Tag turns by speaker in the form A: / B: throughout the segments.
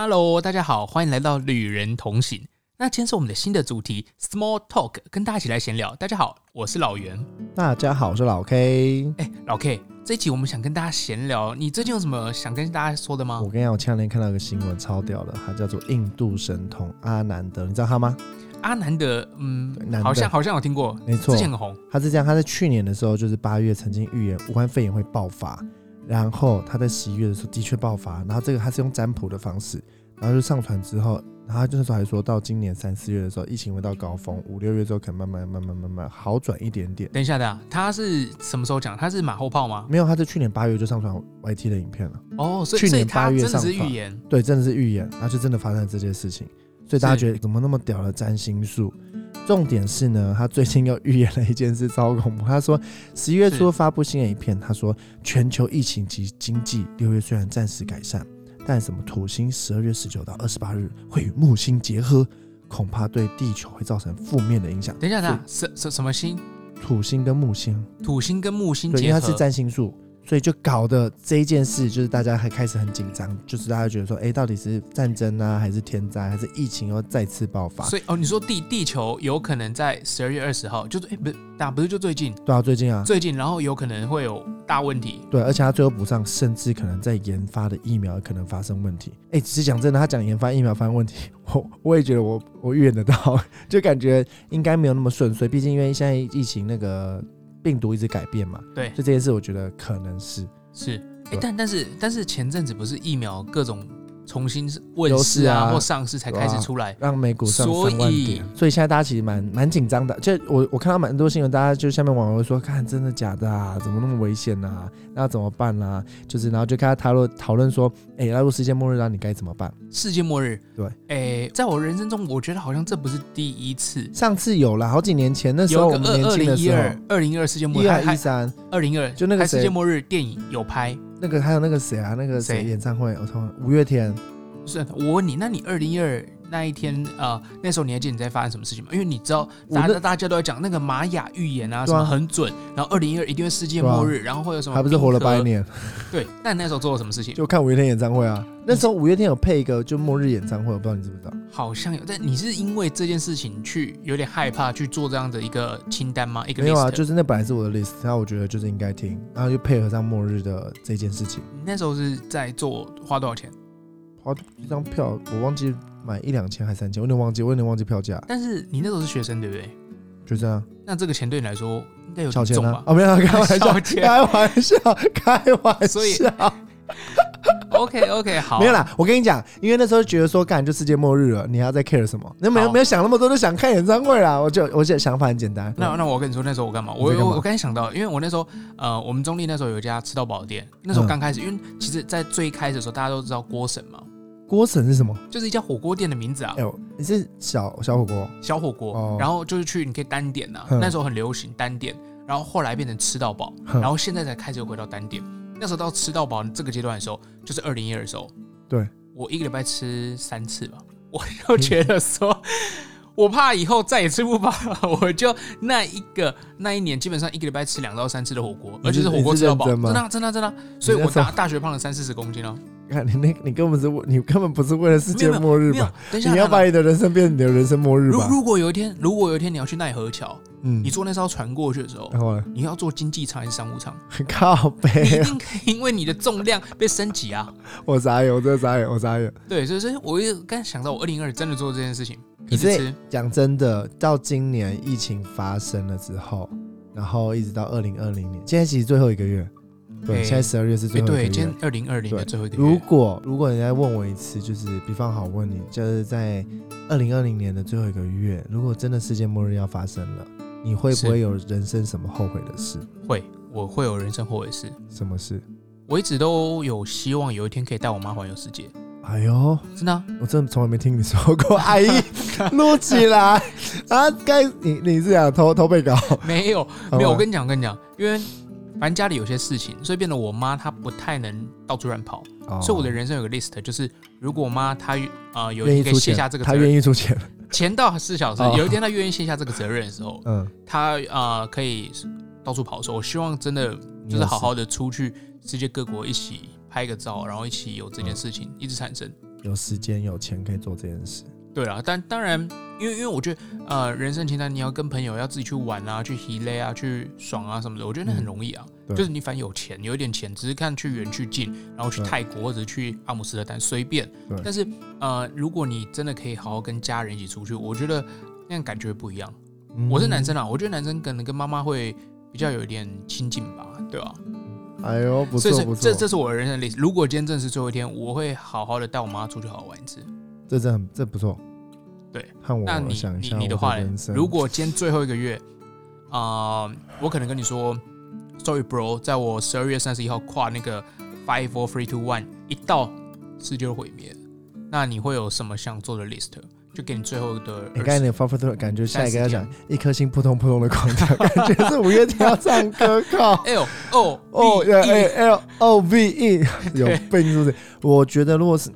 A: Hello，大家好，欢迎来到旅人同行。那今天是我们的新的主题 Small Talk，跟大家一起来闲聊。大家好，我是老袁。
B: 大家好，我是老 K。
A: 哎，老 K，这一集我们想跟大家闲聊，你最近有什么想跟大家说的吗
B: 我？跟你讲，我前两天看到一个新闻，超屌的，他叫做印度神童阿南德，你知道他吗？
A: 阿南的，嗯
B: 对，南
A: 好像
B: 的
A: 好像有听过，
B: 没错
A: 之前很红。
B: 他是这样，他在去年的时候，就是八月曾经预言武汉肺炎会爆发，然后他在十一月的时候的确爆发，然后这个他是用占卜的方式，然后就上传之后，然后他就那时候还说到今年三四月的时候，疫情会到高峰，五六月之后可能慢慢慢慢慢慢好转一点点。
A: 等一下的，他是什么时候讲？他是马后炮吗？
B: 没有，他在去年八月就上传 YT 的影片了，
A: 哦，所以
B: 去
A: 所以
B: 年
A: 他
B: 8月
A: 真的是
B: 上
A: 预
B: 传
A: 言。
B: 对，真的是预言，然后就真的发生了这件事情，所以大家
A: 是
B: 觉得怎么那么屌的占星术？重点是呢，他最近又 预言了一件事，超恐怖。他说十一月初发布新的一片，他说全球疫情及经济六月虽然暂时改善，但什么土星十二月十九到二十八日会与木星结合，恐怕对地球会造成负面的影响。
A: 等一下的，什什什么星？
B: 土星跟木星，
A: 土星跟木星
B: 对，因
A: 结
B: 为它
A: 合，
B: 是占星术，所以就搞得这一件事，就是大家还开始很紧张，就是大家觉得说，哎、到底是战争啊，还是天灾，还是疫情又再次爆发？
A: 所以哦，你说地地球有可能在十二月二十号，就是哎，不是，打不是就最近
B: 对啊，最近啊，
A: 最近，然后有可能会有大问题。
B: 对，而且他最后补上，甚至可能在研发的疫苗可能发生问题。哎、其实讲真的，他讲研发疫苗发生问题， 我我也觉得我我预言得到， 就感觉应该没有那么顺遂，毕竟因为现在疫情那个病毒一直改变嘛，
A: 对
B: 所以这件事我觉得可能是。
A: 是，哎、
B: 对
A: 但但是但是前阵子不是疫苗各种重新问
B: 优
A: 世
B: 势
A: 啊
B: 啊
A: 或上市才开始
B: 对啊
A: 出来，
B: 让美股上
A: 所以
B: 三万点，所以现在大家其实蛮蛮紧张的。就我我看到蛮多新闻，大家就下面网友会说，看真的假的啊？怎么那么危险啊？那怎么办啊？就是然后就开始讨论讨论说，哎、那如果世界末日啊，你该怎么办？
A: 世界末日。
B: 对，
A: 哎、在我人生中，我觉得好像这不是第一次。
B: 上次有啦，好几年前那时候
A: 有
B: 我
A: 一
B: 们
A: 个二二
B: 年轻的
A: 零
B: 时
A: 一
B: 候，
A: 二二零一二世界末
B: 一
A: 日，
B: 二
A: 还
B: 一
A: 还
B: 三
A: 二零二
B: 就那个
A: 还世界
B: 谁
A: 末日电影有拍。
B: 那个还有那个谁啊，那个
A: 谁
B: 谁演唱会，我操，五月天，
A: 是我问你，那你二零一二那一天啊、呃那时候你还记得你在发生什么事情吗？因为你知道，
B: 我
A: 大
B: 那
A: 家大家都在讲那个玛雅预言啊，什
B: 对啊啊
A: 么很准，然后二零一二一定会世界末日，然后会有什么？
B: 还不是活了八？年？
A: 对，那你那时候做了什么事情？
B: 就看五月天演唱会啊。那时候五月天有配一个就末日演唱会，我不知道你知不知道。
A: 好像有，但你是因为这件事情去有点害怕去做这样的一个清单吗？一个 list？
B: 没有啊，就是那本来是我的 list，然后我觉得就是应该听，然后就配合上末日的这件事情，
A: 你那时候是在做花多少钱？
B: 花一张票我忘记买一两千还三千，我有点忘记，我有点忘记票价，
A: 但是你那时候是学生，对不对？
B: 就这样，
A: 那这个钱对你来说应该有
B: 小
A: 点
B: 钱
A: 重
B: 啊
A: 吧，
B: 哦没有啊，开玩 笑
A: 小，钱
B: 开玩笑，开玩
A: 所以哦
B: 笑，
A: ？OK OK，好，
B: 没有啦，我跟你讲，因为那时候觉得说干就世界末日了，你还要再 care 什么？那没有
A: 好
B: 没有想那么多，就想看演唱会啦，我就我这想法很简单，
A: 那那我跟你说，那时候我干嘛？
B: 你
A: 我
B: 在干嘛
A: 我我刚才想到，因为我那时候呃，我们中立那时候有一家吃到饱的店，那时候
B: 嗯
A: 刚开始，因为其实，在最开始的时候，大家都知道锅神嘛，
B: 锅神是什么？
A: 就是一家火锅店的名字啊
B: 哎，呦，你是小小火锅，
A: 小火锅。
B: 哦
A: 然后就是去你可以单点呐、啊，
B: 嗯
A: 那时候很流行单点，然后后来变成吃到饱，
B: 哼
A: 然后现在才开始又回到单点。那时候到吃到饱这个阶段的时候，就是二零一二的时候，
B: 对
A: 我一个礼拜吃三次吧，我就觉得说， 我怕以后再也吃不饱 了，我就那一个那一年基本上一个礼拜吃两到三次的火锅，而
B: 你
A: 且
B: 是
A: 是火锅吃到饱，
B: 你是
A: 真
B: 认真吗
A: 的啊真的啊真的啊，所以
B: 你
A: 我
B: 那时候
A: 大大学胖了三四十公斤哦，
B: 看你那，你根本是为你根本不是为了世界末日
A: 没有
B: 吧？，
A: 等一下
B: 你要
A: 看啊
B: 把你的人生变成你的人生末日
A: 如
B: 吧？
A: 如果有一天，如果有一天你要去奈何桥，
B: 嗯
A: 你，坐那艘船过去的时候，
B: 然后呢？
A: 你要坐经济舱还是商务舱？
B: 靠
A: 你一
B: 背，
A: 定可以因为你的重量被升级啊。
B: 我傻眼，我真的傻眼，我傻眼。
A: 对，所以所以我就刚才想到，我二零二真的做这件事情，一
B: 可
A: 直
B: 是
A: 吃。
B: 讲真的，到今年疫情发生了之后，然后一直到二零二零年，现在其实最后一个月，
A: 哎
B: 对，现在十二月是
A: 哎，
B: 最后一
A: 对，
B: 个
A: 今
B: 月
A: 天。二零二零的
B: 对
A: 最后一个
B: 如
A: 月，
B: 果如果人家问我一次，就是比方好问你，就是在二零二零年的最后一个月，如果真的世界末日要发生了，你会
A: 是
B: 不会有人生什么后悔的事？
A: 会我会有人生后悔事。
B: 什么事？
A: 我一直都有希望有一天可以带我妈环游世界，
B: 哎呦，
A: 真的啊、
B: 我真的从来没听你说过， 阿姨录起来啊！该你你是想偷偷被搞？
A: 没有
B: 好 吧
A: 没有。我跟你讲，我跟你讲，因为反正家里有些事情，所以变得我妈她不太能到处乱跑，
B: 哦
A: 所以我的人生有个 list，就是如果我妈她呃有
B: 愿
A: 一天
B: 意
A: 可以
B: 出
A: 卸
B: 钱
A: 下这，个责
B: 他愿
A: 任，
B: 意出钱，
A: 前到四小时，
B: 哦
A: 有一天她愿意卸下这个责任的时候，
B: 嗯，
A: 她呃可以到处跑的时候，我希望真的
B: 你
A: 就
B: 有
A: 是好
B: 事
A: 好的出去世界各国一起拍个照，然后一起有这件事情一直产生。
B: 有时间有钱可以做这件事。
A: 对啦，但当然，因为因为我觉得，呃，人生清单你要跟朋友要自己去玩啊，去 h 累啊，去爽啊什么的，我觉得那很容易啊。
B: 嗯对
A: 就是你反正有钱，有一点钱，只是看去远去近，然后去
B: 对
A: 泰国或者去阿姆斯特丹随便
B: 对。
A: 但是呃，如果你真的可以好好跟家人一起出去，我觉得那样感觉不一样。
B: 嗯
A: 我是男，生啊，我觉得男生可能跟妈妈会比较有一点亲近吧，对吧、
B: 哎呦，不
A: 所以
B: 错
A: 是
B: 不错，
A: 这这是我的人生历史。如果今天正是最后一天，我会好好的带我妈出去好好玩一次。
B: 这真的很这不错。
A: 对，
B: 看
A: 那
B: 我
A: 你
B: 想一
A: 你
B: 下
A: 你
B: 我
A: 的话嘞
B: 人，生，
A: 如果今天最后一个月，啊、我可能跟你说，sorry bro，在我十二月三十一号跨那个 five four three two one 一到，世界就毁灭了。那你会有什么想做的 list？就给你最后的
B: 你
A: 20
B: 刚才那个发发的感觉，下一个要讲
A: 30
B: 一颗心扑通扑通的狂跳，感觉是五月天要唱歌靠。
A: L O
B: O
A: O
B: L L O 哎 V E，有
A: E 对
B: 病是不是？我觉得如果是，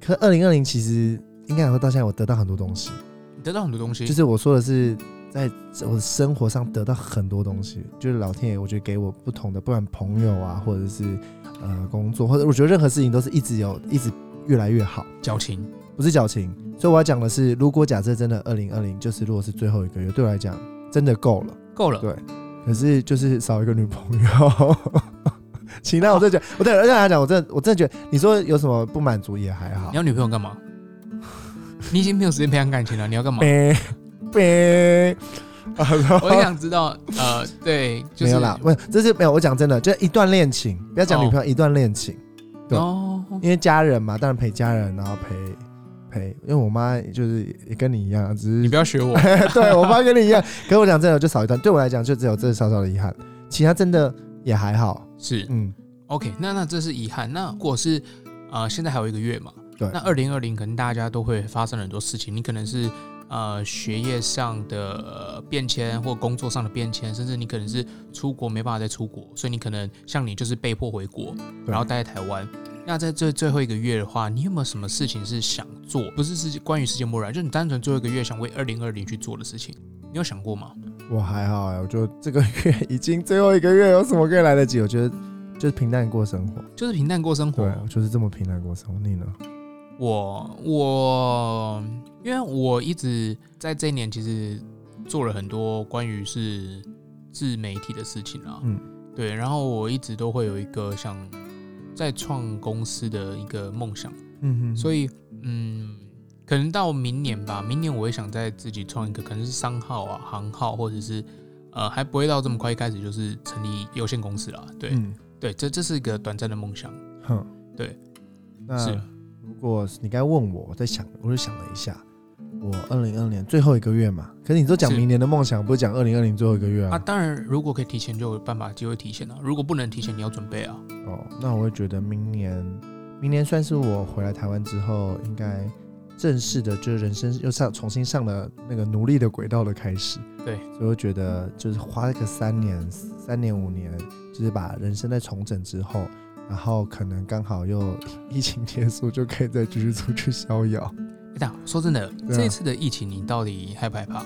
B: 可二零二零其实应该来说到现在，我得到很多东西，
A: 你得到很多东西，
B: 就是我说的是在我的生活上得到很多东西，就是老天爷，我觉得给我不同的，不管朋友啊，或者是呃工作，或者我觉得任何事情都是一直有，一直越来越好。
A: 矫情。
B: 不是矫情，所以我要讲的是，如果假设真的二零二零就是如果是最后一个月，对我来讲真的够了，
A: 够了，
B: 对可是就是少一个女朋友。 行，那我真的觉得，我对，而且来讲，我真的，我真的觉得，你说有什么不满足也还好
A: 你。要女朋友干嘛？ 你已经没有时间培养感情了，你要干嘛？
B: 呗呗， 啊然后
A: 我也想知道，呃，对，就是
B: 没有啦，不是，这是没有。我讲真的，就是一段恋情，不要讲
A: 哦
B: 女朋友，一段恋情，对
A: 哦，
B: 因为家人嘛，当然陪家人，然后陪陪，因为我妈就是也跟你一样，只是
A: 你不要学我，
B: 对我妈跟你一样，可是我讲真的，我就少一段，对我来讲就只有这小小的遗憾，其他真的也还好。
A: 是
B: 嗯，
A: OK，那那这是遗憾。那如果是呃，现在还有一个月嘛，
B: 对
A: 那二零二零可能大家都会发生很多事情，你可能是呃学业上的、呃变迁，或工作上的变迁，甚至你可能是出国没办法再出国，所以你可能像你就是被迫回国，
B: 对
A: 然后待在台湾。那在这最后一个月的话，你有没有什么事情是想做？不是是关于世界末日，就是你单纯最后一个月想为二零二零去做的事情，你有想过吗？
B: 我还好哎、我就这个月已经最后一个月，有什么可以来得及？我觉得就是平淡过生活，
A: 就是平淡过生活
B: 对，，啊我就是这么平淡过生活。你呢？
A: 我我因为我一直在这一年其实做了很多关于是自媒体的事情啊，
B: 嗯，
A: 对，然后我一直都会有一个想再创公司的一个梦想，
B: 嗯哼
A: 所
B: 以
A: 以嗯，可能到明年吧，明年我会想再自己创一个，可能是商号啊、行号，或者是呃，还不会到这么快，一开始就是成立有限公司啦，对、
B: 嗯，
A: 对，这这是一个短暂的梦想，
B: 哼，
A: 对。
B: 那
A: 是
B: 如果你该问我，我在想，我就想了一下，我二零二年最后一个月嘛，可是你都讲
A: 是
B: 明年的梦想，不是讲二零二零最后一个月
A: 啊，
B: 啊？
A: 当然，如果可以提前，就有办法机会提前啊。如果不能提前，你要准备啊。
B: 哦，那我会觉得明年，明年算是我回来台湾之后，应该正式的，就是人生又上重新上了那个奴隶的轨道的开始。
A: 对
B: 所以我觉得就是花个三年、三年五年，就是把人生再重整之后，然后可能刚好又疫情结束，就可以再继续出去逍遥。
A: 哎但说真的，
B: 对啊
A: 这一次的疫情，你到底害不害怕？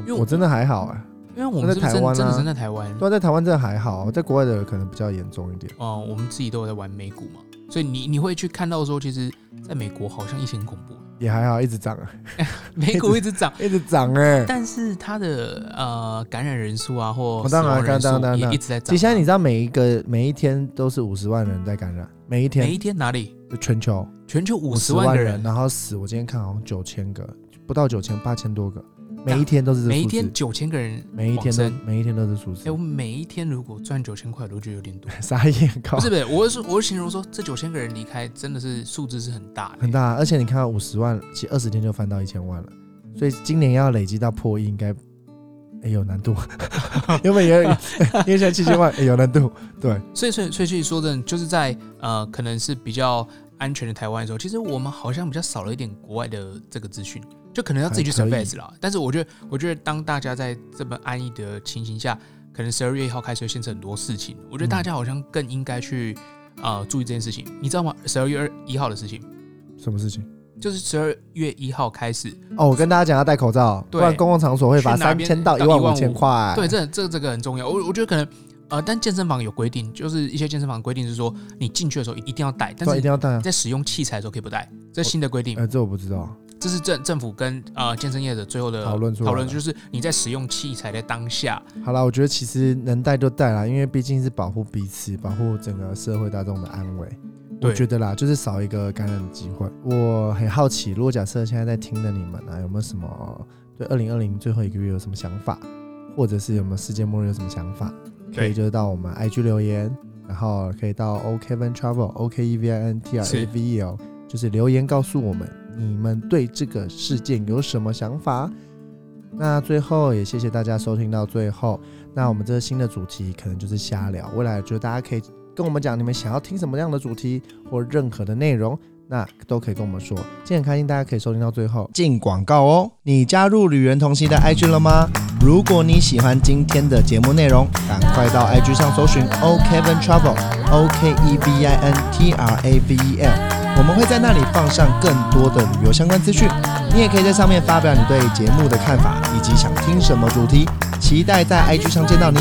A: 因为
B: 我
A: 我嗯
B: 我真的还好哎、
A: 因为我
B: 我
A: 们是
B: 在
A: 不是
B: 台
A: 真、
B: 湾啊
A: 真的是在台湾，
B: 对啊，在台湾真的还好，在国外的可能比较严重一点。
A: 哦、我们自己都有在玩美股嘛，所以你你会去看到说，其实在美国好像疫情很 恐怖，
B: 也还好，一直涨啊，
A: 美股一直涨，
B: 一直涨哎、
A: 但是它的呃感染人数啊，或
B: 哦当然
A: 死亡人数
B: 当然当然当然
A: 也一直在涨啊。
B: 其实现在你知道每一个每一天都是五十万人在感染，每一
A: 每
B: 天
A: 一天哪里
B: 就全球
A: 全球五
B: 50
A: 十万
B: 人
A: 个人，
B: 然后死，我今天看好像九千个，不到九千八千多个，每一天都是这
A: 每一
B: 数字
A: 天九千个人，
B: 每一
A: 往
B: 天都
A: 生
B: 每一天都是数字
A: 哎，我，每一天如果赚九千块，我都觉得有点多。
B: 傻眼靠
A: 不，是不是，我是我是形容说，这九千个人离开真的是数字是很大的，
B: 很大啊，而且你看到五十万，其实二十天就翻到一千万了，所以今年要累积到破亿应该。哎，有难度， 原本也有，因为现在七千万，哎，有难度。对，
A: 所以所以所以所以说真的，就是在呃可能是比较安全的台湾的时候，其实我们好像比较少了一点国外的这个资讯，就可能要自己去
B: 还可以
A: surface 啦。但是我觉得，我觉得当大家在这么安逸的情形下，可能十二月一号开始会牵扯很多事情，我觉
B: 嗯
A: 得大家好像更应该去呃注意这件事情，你知道吗？十二月一号的事情，
B: 什么事情？
A: 就是十二月一号开始，
B: 哦，我跟大家讲要戴口罩，不
A: 对
B: 然公共场所会罚
A: 去哪
B: 三
A: 边
B: 千到一
A: 到
B: 万五
A: 15,000
B: 千块。
A: 对，这这这个很重要。我我觉得可能呃，但健身房有规定，就是一些健身房规定是说，你进去的时候一定要带，但
B: 对啊，
A: 是
B: 一定要带啊
A: 你。在使用器材的时候可以不带，这是新的规定。
B: 呃，这我不知道。
A: 这是政政府跟呃健身业者最后的
B: 讨论出来
A: 讨论，
B: 的
A: 就是你在使用器材的当下，
B: 好啦，我觉得其实能带就带啦，因为毕竟是保护彼此，保护整个社会大众的安危。我
A: 对
B: 觉得啦，就是少一个感染的机会。我很好奇，如果假设现在在听的你们啊，有没有什么对二零二零最后一个月有什么想法，或者是有没有世界末日有什么想法？可以
A: 对
B: 就是到我们 IG 留言，然后可以到 OKVN Travel O K E V I N T R A V E L，就是留言告诉我们你们对这个事件有什么想法。那最后也谢谢大家收听到最后。那我们这个新的主题可能就是瞎聊，未来就大家可以跟我们讲你们想要听什么样的主题或任何的内容，那都可以跟我们说。今天很开心大家可以收听到最后。进广告哦，你加入旅人同行的 IG 了吗？如果你喜欢今天的节目内容，赶快到 IG 上搜寻 O Kevin Travel O K E V I N T R A V E L，我们会在那里放上更多的旅游相关资讯。你也可以在上面发表你对节目的看法以及想听什么主题，期待在 IG 上见到你。